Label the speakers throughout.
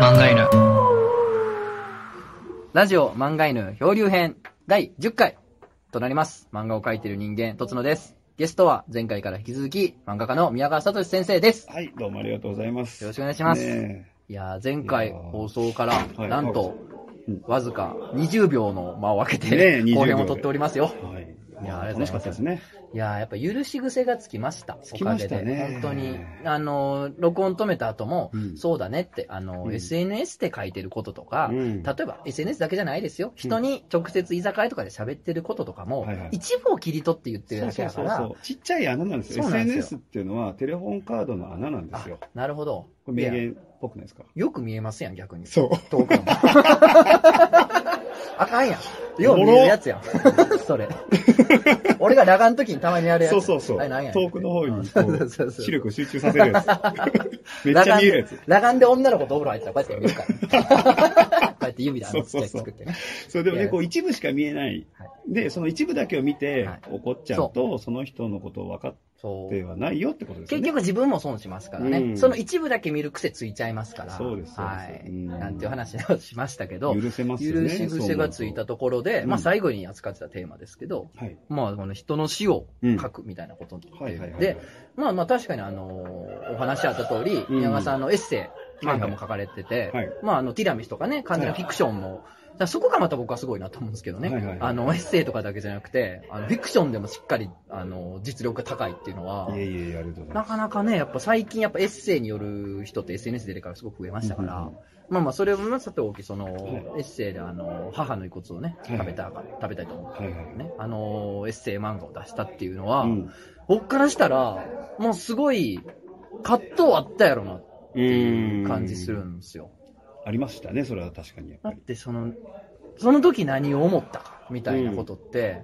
Speaker 1: 漫画犬。
Speaker 2: ラジオ漫画犬漂流編第10回となります。漫画を描いている人間、とつのです。ゲストは前回から引き続き漫画家の宮川聡先生です。
Speaker 3: はい、どうもありがとうございます。
Speaker 2: よろしくお願いします
Speaker 3: ね
Speaker 2: いやー前回
Speaker 3: いやー
Speaker 2: 放送から、
Speaker 3: はい
Speaker 2: なんと
Speaker 3: うん、
Speaker 2: わずか20秒の間を空けて、
Speaker 3: ねえ
Speaker 2: 後
Speaker 3: 20
Speaker 2: 編
Speaker 3: 秒
Speaker 2: を撮っておりますよ。
Speaker 3: えはい。
Speaker 2: いや
Speaker 3: まあ
Speaker 2: ありがとうございます
Speaker 3: 楽しかったですね。
Speaker 2: いやーやっぱ許し癖がつきました。お
Speaker 3: き
Speaker 2: か
Speaker 3: ま
Speaker 2: げ
Speaker 3: した
Speaker 2: で。
Speaker 3: ね
Speaker 2: 本当に。あのー、録音止めた後も
Speaker 3: う、ん
Speaker 2: そうだねって、あのー、
Speaker 3: うん
Speaker 2: SNS で書いてることとか、
Speaker 3: うん
Speaker 2: 例えば SNS だけじゃないですよ。人に直接居酒屋とかで喋ってることとかも
Speaker 3: はいはい、
Speaker 2: 一部を切り取って言ってるだけだか
Speaker 3: そう
Speaker 2: ら
Speaker 3: そう、そうちっちゃい穴なんですよ。
Speaker 2: そうなんですよ
Speaker 3: SNS っていうのは、テレホンカードの穴なんで
Speaker 2: あ
Speaker 3: すよ。、
Speaker 2: なるほど。
Speaker 3: これ名言っぽくないですか
Speaker 2: いやよく見えますやん、逆に。
Speaker 3: そう。
Speaker 2: 遠 くのあかんやん。よう見えるやつやん。それ。俺がラガの時にたまにやるやつ。
Speaker 3: そうそうそう。
Speaker 2: あれなんや
Speaker 3: 遠くの方に
Speaker 2: そう
Speaker 3: こ
Speaker 2: そう
Speaker 3: う
Speaker 2: そう
Speaker 3: 視力を集中させるや つ。めっちゃ見えるやつ。
Speaker 2: 裸眼で女の子とお風呂入ってたらこうやって見る から。こうやって指であのちっちゃい作ってね。
Speaker 3: そう、でも
Speaker 2: い
Speaker 3: ね、
Speaker 2: や
Speaker 3: こう一部しか見えない
Speaker 2: は。
Speaker 3: で、その一部だけを見て
Speaker 2: はい
Speaker 3: 怒っちゃうと、その人のことを分かっ
Speaker 2: そう
Speaker 3: てはないよってことですよ
Speaker 2: 結
Speaker 3: ね。
Speaker 2: 局自分も損しますからね、
Speaker 3: うん
Speaker 2: その一部だけ見る癖ついちゃいますから。
Speaker 3: そうですそうです
Speaker 2: はい。
Speaker 3: うん
Speaker 2: なんていう話をしましたけど、
Speaker 3: 許せますよ
Speaker 2: 許
Speaker 3: ね。
Speaker 2: し癖がついたところで、
Speaker 3: うん
Speaker 2: まあ最後に扱ってたテーマですけど、
Speaker 3: そう思うと。はい。
Speaker 2: まあこの人の死を書くみたいなことっていうの
Speaker 3: はいはいはい。
Speaker 2: で、、まあまあ確かにあのーお話あった通り、
Speaker 3: うん
Speaker 2: 宮川さんのエッセイ、漫画も書かれてて、
Speaker 3: はい。
Speaker 2: まああのティラミスとかね、完全なフィクションも、だからそこがまた僕はすごいなと思うんですけどね、
Speaker 3: はいはいはい、
Speaker 2: あのエッセイとかだけじゃなくて、あのフィクションでもしっかりあの実力が高いっていうのはい
Speaker 3: えいえいえ、ありがとうござい
Speaker 2: な
Speaker 3: ます。
Speaker 2: かなかね、やっぱ最近やっぱエッセイによる人って SNS 出てからすごく増えましたから、
Speaker 3: うんうん
Speaker 2: まあまあそれもさておき、その、
Speaker 3: は
Speaker 2: エッセイであの母の遺骨をね、
Speaker 3: はい
Speaker 2: 食べたか、食べたいと思って。
Speaker 3: はいはい。
Speaker 2: ね、あのエッセイ漫画を出したっていうのは、
Speaker 3: うん
Speaker 2: 僕からしたら、もうすごい、葛藤あったやろなっていう感じするんですよ。
Speaker 3: ありましたね、それは確かにやっ
Speaker 2: だ
Speaker 3: ぱ
Speaker 2: っ
Speaker 3: り。
Speaker 2: てその、その時何を思ったか、みたいなことって、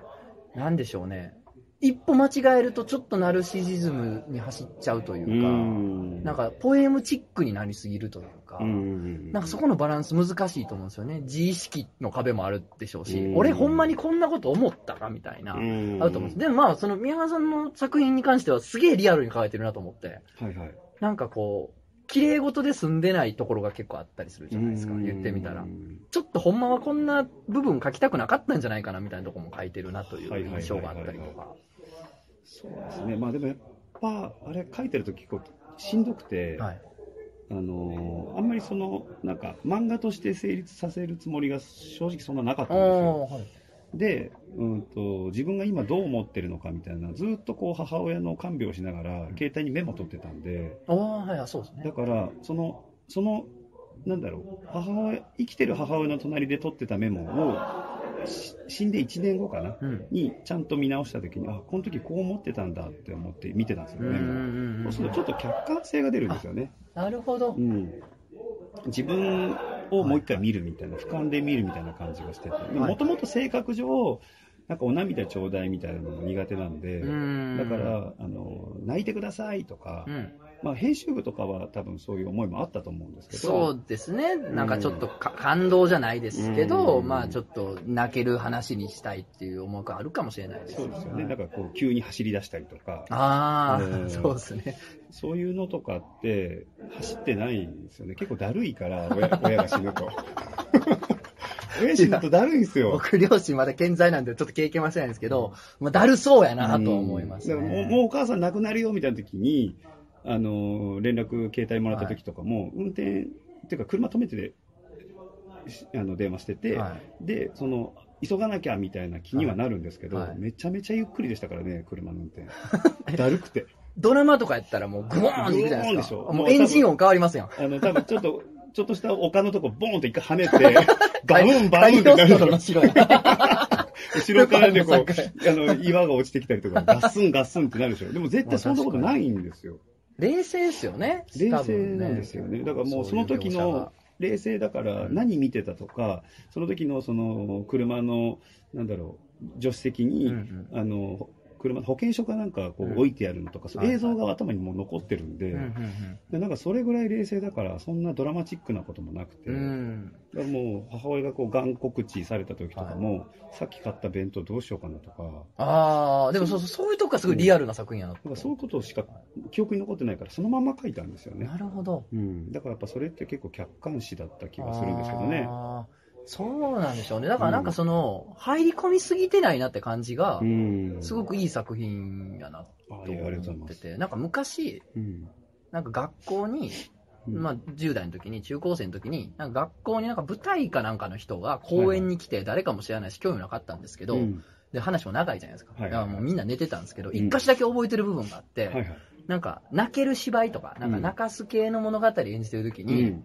Speaker 2: なんでしょうね。一歩間違えるとちょっとナルシシズムに走っちゃうというか、なん
Speaker 3: か、
Speaker 2: かポエムチックになりすぎるというか、
Speaker 3: な
Speaker 2: なんかそこのバランス難しいと思うんですよね。自意識の壁もあるでしょうし
Speaker 3: う、ん
Speaker 2: 俺ほんまにこんなこと思ったかみたいな、ある
Speaker 3: ん
Speaker 2: と思うんです。でもまあ、その宮川さんの作品に関してはすげえリアルに書いてるなと思って。
Speaker 3: はいはい。
Speaker 2: なんかこう、綺麗事で済んでないところが結構あったりするじゃないですか、言ってみたら
Speaker 3: う。ん
Speaker 2: ちょっとほんまはこんな部分書きたくなかったんじゃないかなみたいなところも書いてるなという印象があったりとか。
Speaker 3: そうですね。まあでもやっぱ、あれ書いてると結構しんどくて、
Speaker 2: はい。
Speaker 3: あのー、あんまりその、なんか、漫画として成立させるつもりが正直そんななかったんですよ。
Speaker 2: おー、はい。
Speaker 3: で、うんと、自分が今どう思ってるのかみたいな、ずっとこう母親の看病をしながら、携帯にメモ取ってたんで、
Speaker 2: おー、はいあ、そうです
Speaker 3: だ
Speaker 2: ね。
Speaker 3: から、その、その、なんだろう、母親、生きてる母親の隣で撮ってたメモを、し死んで1年後かな、
Speaker 2: うん。
Speaker 3: にちゃんと見直したときに、あ、この時こう思ってたんだって思って見てたんですよ
Speaker 2: うんうん
Speaker 3: ね。
Speaker 2: うんう
Speaker 3: そうんするとちょっと客観性が出るんですよね。
Speaker 2: なるほど
Speaker 3: う。ん。自分をもう一回見るみたいな、俯瞰で見るみたいな感じがしてて、
Speaker 2: はい
Speaker 3: もともと性格上、なんかお涙ちょうだいみたいなのも苦手なんで、
Speaker 2: うん
Speaker 3: だか、ら、あの、泣いてくださいとか
Speaker 2: う、ん、
Speaker 3: まあ、編集部とかは多分そういう思いもあったと思うんですけど、
Speaker 2: そうですね、なんかちょっとか感動じゃないですけど、
Speaker 3: うん
Speaker 2: まあちょっと泣ける話にしたいっていう思いがあるかもしれないです
Speaker 3: そうですよね、
Speaker 2: は
Speaker 3: ないんかこう、急に走り出したりとか、
Speaker 2: ああ、
Speaker 3: うん
Speaker 2: そうですね。
Speaker 3: そういうのとかって、走ってないんですよね、結構だるいから、 親親が死ぬと。 親死ぬとだるいんですよ。
Speaker 2: 僕、両親まだ健在なんで、ちょっと経験はしてないんですけど、まあ、だるそうやな
Speaker 3: うん
Speaker 2: とは思います、
Speaker 3: だからもう
Speaker 2: ね。
Speaker 3: もうお母さん亡くなるよみたいな時に、あのー連絡、携帯もらった時とかも、運転っていうか、車止めてしあの電話してて、
Speaker 2: は
Speaker 3: で、その、急がなきゃみたいな気にはなるんですけど、
Speaker 2: はいはい
Speaker 3: めちゃめちゃゆっくりでしたからね、車の運 転。だるくて。
Speaker 2: ドラマとかやったらもうグオーンっていくじゃないですか。
Speaker 3: グオーンでし
Speaker 2: も
Speaker 3: ょ
Speaker 2: うエンジン音変わりますやん。
Speaker 3: あの、多分ちょっと、ちょっとした丘のとこ、ボーンと一 回跳ねて、バウンバウン
Speaker 2: 太
Speaker 3: っ
Speaker 2: 陽
Speaker 3: て
Speaker 2: スト
Speaker 3: なる
Speaker 2: ロ
Speaker 3: と
Speaker 2: の白や。
Speaker 3: 後ろからで こう、
Speaker 2: よ
Speaker 3: あ
Speaker 2: くある
Speaker 3: の、岩が落ちてきたりとか、ガッスンガッスンってなるでしょ。でも絶対そんなことないんですよ。
Speaker 2: 冷静ですよね。
Speaker 3: 冷
Speaker 2: 多
Speaker 3: 静
Speaker 2: 分ね
Speaker 3: なんですよね。だからもうその時
Speaker 2: そういう描写が
Speaker 3: の、冷静だから
Speaker 2: うん
Speaker 3: 何見てたとか、その時のその、車の、なんだろう、助手席に、
Speaker 2: うんうん
Speaker 3: あの、車保険証かなんかこ
Speaker 2: うん
Speaker 3: う置いてあるのとか、そう
Speaker 2: はいはい
Speaker 3: 映像が頭にもう残ってるんで,、
Speaker 2: うん
Speaker 3: でなんかそれぐらい冷静だからそんなドラマチックなこともなくて、
Speaker 2: うんうん
Speaker 3: だからもう母親がこう眼告知された時とかも、さっき買った弁当どうしようかなとか
Speaker 2: ああ、でもそうそうそういうとこがすごいリアルな作品やな
Speaker 3: なんかそういうことしか記憶に残ってないからそのまま書いたんですよね
Speaker 2: な、るほど。
Speaker 3: うん、だからやっぱそれって結構客観視だった気がするんですけどね。
Speaker 2: あーそうなんでしょうね。だからなんかその、入り込みすぎてないなって感じが
Speaker 3: う、ん、
Speaker 2: すごくいい作品やなと
Speaker 3: あありがとうござい
Speaker 2: 思っ
Speaker 3: ま
Speaker 2: て
Speaker 3: す、
Speaker 2: て、なんか昔、
Speaker 3: うん
Speaker 2: なんか学校に、
Speaker 3: うん
Speaker 2: まあ10代の時に、中高生の時に、なんか学校になんか舞台かなんかの人が公演に来て、誰かも知らないし、興味もなかったんですけど
Speaker 3: う、ん
Speaker 2: で、話も長いじゃないですか。
Speaker 3: はいは
Speaker 2: だ
Speaker 3: い
Speaker 2: からもうみんな寝てたんですけど、
Speaker 3: ん
Speaker 2: 一箇所だけ覚えてる部分があっ
Speaker 3: はいは
Speaker 2: て、
Speaker 3: い
Speaker 2: なんか泣ける芝居とか、なんか泣かす系の物語演じてる時
Speaker 3: う
Speaker 2: に、
Speaker 3: ん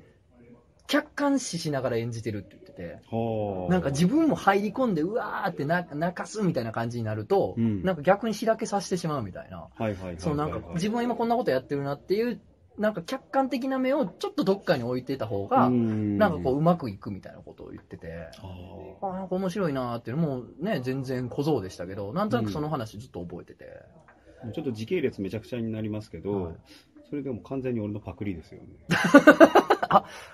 Speaker 2: 客観視しながら演じてるって言ってて、
Speaker 3: はあ
Speaker 2: なんか自分も入り込んで、うわーってな泣かすみたいな感じになると、
Speaker 3: うん
Speaker 2: なんか逆にしらけさせてしまうみたいな。
Speaker 3: はいはいはいはいはい
Speaker 2: そうなんか自分は今こんなことやってるなっていう、なんか客観的な目をちょっとどっかに置いてた方が、
Speaker 3: ん
Speaker 2: なんかこううまくいくみたいなことを言ってて、
Speaker 3: あ
Speaker 2: あーなんか面白いなーっていうのもうね、全然小僧でしたけど、なんとなくその話ずっと覚えてて。
Speaker 3: ーちょっと時系列めちゃくちゃになりますけど、
Speaker 2: はい
Speaker 3: それでも完全に俺のパクリですよね。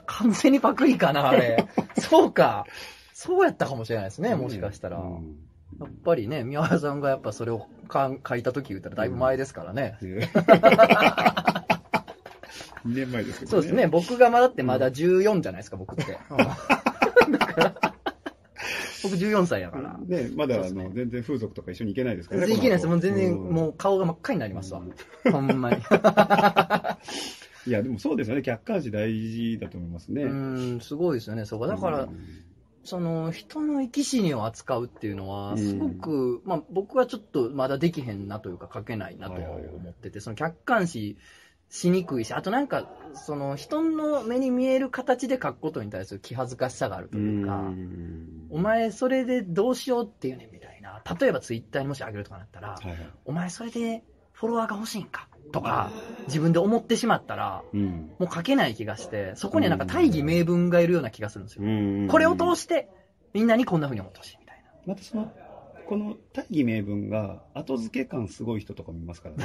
Speaker 2: 完全にパクリかな、あ れ。そうか。そうやったかもしれないですね、もしかしたら。
Speaker 3: うん
Speaker 2: やっぱりね、宮原さんがやっぱそれをかん書いた時言ったらだいぶ前ですからね。
Speaker 3: ね二年前ですけど
Speaker 2: そうですね、。僕がまだってまだ14じゃないですか、僕って。だから 僕14歳やから。
Speaker 3: ね、まだあ
Speaker 2: そうですね
Speaker 3: の全然風俗とか一緒に行けないですから
Speaker 2: 全
Speaker 3: ね。
Speaker 2: 然いけないです。も
Speaker 3: この
Speaker 2: う
Speaker 3: 後
Speaker 2: 全然、
Speaker 3: うん
Speaker 2: もう顔が真っ赤になりますわ。ほんまに。
Speaker 3: いや、でもそうですよね。客観視大事だと思いますね。
Speaker 2: うん、すごいですよね、そこ。だから、
Speaker 3: うん、
Speaker 2: その、人の生き死にを扱うっていうの
Speaker 3: う
Speaker 2: は、
Speaker 3: ん
Speaker 2: すごく、まあ僕はちょっとまだできへんなというか、書けないなと
Speaker 3: はいはいはい
Speaker 2: 思ってて、その客観視しにくいし、あとなんか、その人の目に見える形で書くことに対する気恥ずかしさがあるというか、
Speaker 3: うん
Speaker 2: お、前それでどうしようっていうねんみたいな。例えばツイッターにもし上げるとかなったら、
Speaker 3: はいはい
Speaker 2: お前それでフォロワーが欲しいんかとか、自分で思ってしまったら、
Speaker 3: うん
Speaker 2: もう書けない気がして、そこにはなんか大義名分がいるような気がするんですよ。
Speaker 3: うん
Speaker 2: これを通して、みんなにこんな風に思ってほしいみたいな。
Speaker 3: またその、この大義名分が後付け感すごい人とかもいますから
Speaker 2: う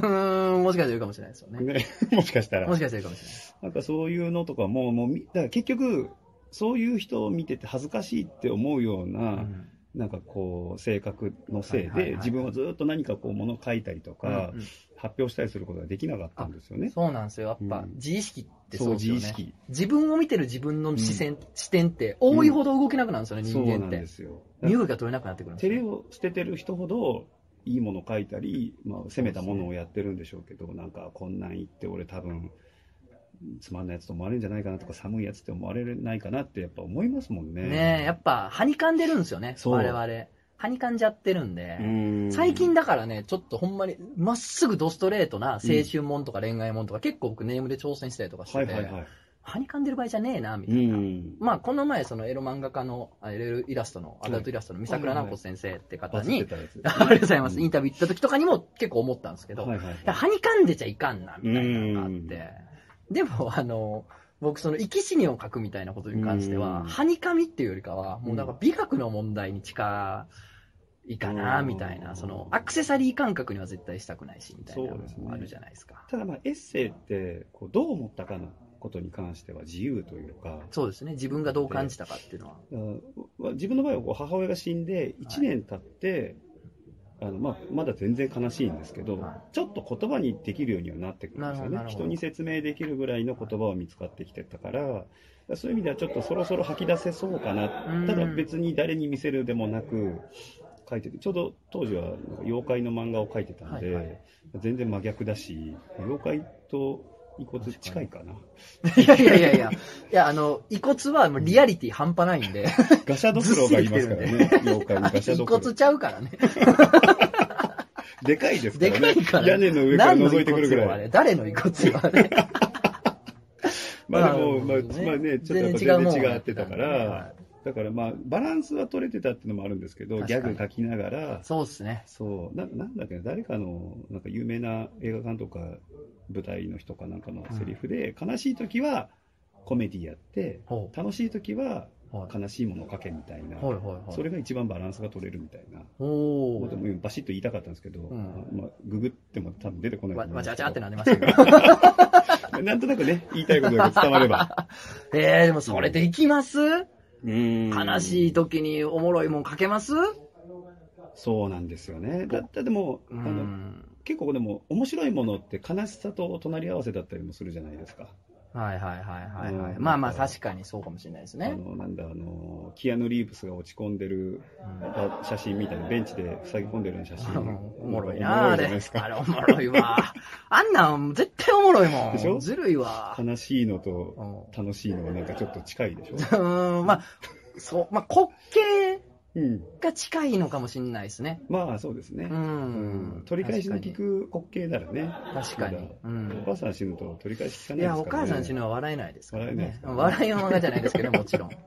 Speaker 2: ーん、もしかしているかもしれないですよね。
Speaker 3: ね。 ねもしかしたら
Speaker 2: も。しかしているかもしれないです。
Speaker 3: なんかそういうのとかも、もうみ、だから結局、そういう人を見てて恥ずかしいって思うような、
Speaker 2: うん
Speaker 3: なんかこう、性格のせいで、
Speaker 2: はいはいはい
Speaker 3: 自分はずっと何かこう、ものを書いたりとか、
Speaker 2: うん
Speaker 3: 発表したりすることができなかったんですよね。
Speaker 2: そうなんですよ。やっぱ
Speaker 3: う、ん
Speaker 2: 自意識って
Speaker 3: そ、
Speaker 2: そううです
Speaker 3: 自
Speaker 2: よ
Speaker 3: 意
Speaker 2: ね。
Speaker 3: 識。
Speaker 2: 自分を見てる自分の視線、視点って、多いほど動けなくなるんですよね、
Speaker 3: そう
Speaker 2: 人間っ
Speaker 3: なんで
Speaker 2: て。
Speaker 3: すよ。
Speaker 2: 身動きが取れなくなってくるんです
Speaker 3: 照
Speaker 2: よ
Speaker 3: れを捨ててる人ほど、いいものを書いたり、まあ、攻めたものをやってるんでしょうけど、なんか、こんなん言って、俺多分、つまんないやつと思われるんじゃないかなとか、寒いやつって思われないかなって、やっぱ思いますもんね。
Speaker 2: ねえ、やっぱ、はにかんでるんですよね、
Speaker 3: そう
Speaker 2: 我々。はにかんじゃってるんで、
Speaker 3: うん
Speaker 2: 最近だからね、ちょっとほんまに、まっすぐドストレートな青春もんとか恋愛もんとか、結構僕ネームで挑戦したりとかして
Speaker 3: はい
Speaker 2: て、
Speaker 3: はいはい。
Speaker 2: はにかんでる場合じゃねえな、みた
Speaker 3: う
Speaker 2: いな。
Speaker 3: ん。
Speaker 2: まあ、この前、そのエロ漫画家の、あエロイラストの、アダルトイラストの三桜直子先生って方
Speaker 3: バズって
Speaker 2: に、
Speaker 3: たやつ。
Speaker 2: ありがとうございます。
Speaker 3: うん
Speaker 2: インタビュー行った時とかにも結構思ったんですけど、
Speaker 3: はいはい。
Speaker 2: はにかんでちゃいかんな、みたいなのがあって。でも、あの、僕、その、生き死にを書くみたいなことに関して
Speaker 3: う
Speaker 2: は、
Speaker 3: ん
Speaker 2: はにかみっていうよりかは、もうなんか
Speaker 3: うん
Speaker 2: 美学の問題に近いかな、
Speaker 3: うん
Speaker 2: みたいな、その、アクセサリー感覚には絶対したくないし、みたいな
Speaker 3: そう
Speaker 2: の
Speaker 3: ですね
Speaker 2: もあるじゃないですか。
Speaker 3: ただまあエッセイってこうどう思ったかのことに関しては自由というか
Speaker 2: そうですね。自分がどう感じたかっていうのは。
Speaker 3: あわ自分の場合はこう母親が死んで1年経って、あのまあ、まだ全然悲しいんですけど、
Speaker 2: は
Speaker 3: ちょっと言葉にできるようにはなってくるんです
Speaker 2: なる
Speaker 3: よね
Speaker 2: ほどなるほど
Speaker 3: 人に説明できるぐらいの言葉を見つかってきてたからそういう意味ではちょっとそろそろ吐き出せそうかな
Speaker 2: うん
Speaker 3: ただ別に誰に見せるでもなく書いててちょうど当時はなんか妖怪の漫画を書いてたんで、
Speaker 2: はいはい
Speaker 3: 全然真逆だし妖怪と遺骨近い かな。
Speaker 2: いやいやいやいや、いや、あの、遺骨はもうリアリティ半端ないんで、
Speaker 3: ガシャドクロがいますからね、妖怪のガシャ
Speaker 2: 遺
Speaker 3: ドク
Speaker 2: 骨
Speaker 3: ロ。
Speaker 2: ちゃうからね。
Speaker 3: でかいですからね。
Speaker 2: でかいから
Speaker 3: 屋根の上から
Speaker 2: 何の
Speaker 3: 覗
Speaker 2: 遺
Speaker 3: いてくる
Speaker 2: 骨よ
Speaker 3: ぐ
Speaker 2: あ
Speaker 3: らい。
Speaker 2: れ誰の遺骨よあれ
Speaker 3: まあでも、ま
Speaker 2: な
Speaker 3: あ
Speaker 2: るほどね
Speaker 3: まあね、ちょっとやっぱ全然違ってたから、だからまあ、バランスは取れてたっていうのもあるんですけど、
Speaker 2: 確
Speaker 3: ギ
Speaker 2: かに
Speaker 3: ャグ書きながら、
Speaker 2: そうですね。
Speaker 3: そう、ななんだっけな、誰かの、なんか有名な映画監督か、舞台の人かなんかのセリフで、悲しい時はコメディやって、
Speaker 2: ほ
Speaker 3: 楽しい時は
Speaker 2: はい。
Speaker 3: 悲しいものを書けみたいな、
Speaker 2: はいはいはい。
Speaker 3: それが一番バランスが取れるみたいな。
Speaker 2: お
Speaker 3: も
Speaker 2: お
Speaker 3: うで。も今バシッと言いたかったんですけど、
Speaker 2: うん
Speaker 3: まあ、ググっても多分出てこない
Speaker 2: わ、わちゃわちゃって
Speaker 3: な
Speaker 2: なりま したけど。
Speaker 3: なんとなくね、言いたいことが伝われば。
Speaker 2: えー、でもそれでいきます
Speaker 3: 悲
Speaker 2: 悲しい時におもろいもんかけます
Speaker 3: そうなんですよね。だってでも、
Speaker 2: う
Speaker 3: あの
Speaker 2: ん。
Speaker 3: 結構でも面白いものって悲しさと隣り合わせだったりもするじゃないですか。
Speaker 2: はいはいはいはいはい。
Speaker 3: うん
Speaker 2: まあまあ確かにそうかもしれないです
Speaker 3: あ
Speaker 2: ね。
Speaker 3: のなんだあのキアヌ・リーブスが落ち込んでる
Speaker 2: うん
Speaker 3: あ写真みたいなベンチで塞ぎ込んでる写真
Speaker 2: あの おもろいなあ
Speaker 3: おもろいじゃない
Speaker 2: れ
Speaker 3: です。か
Speaker 2: あれおもろいわ。あんなん絶対おもろいも
Speaker 3: でしょ
Speaker 2: ん。ずるいわ。
Speaker 3: 悲しいの
Speaker 2: う
Speaker 3: と
Speaker 2: ん
Speaker 3: 楽しいのがなんかちょっと近いでしょ、
Speaker 2: うーん、まあ、そう、まあ滑稽
Speaker 3: うん、
Speaker 2: が近いのかもしれないですね。
Speaker 3: まあそうですね
Speaker 2: う、ん。
Speaker 3: 取り返しの利く滑稽ならね
Speaker 2: 確かに。確かに。う
Speaker 3: お
Speaker 2: ん。
Speaker 3: 母さん死ぬと取り返し効か
Speaker 2: い
Speaker 3: ないで
Speaker 2: や、
Speaker 3: す
Speaker 2: お
Speaker 3: から、ね、
Speaker 2: 母さん死ぬのは笑えないですから
Speaker 3: 笑えないです
Speaker 2: ね。
Speaker 3: からね
Speaker 2: 笑いの漫画じゃないですけど、も ちろん。はい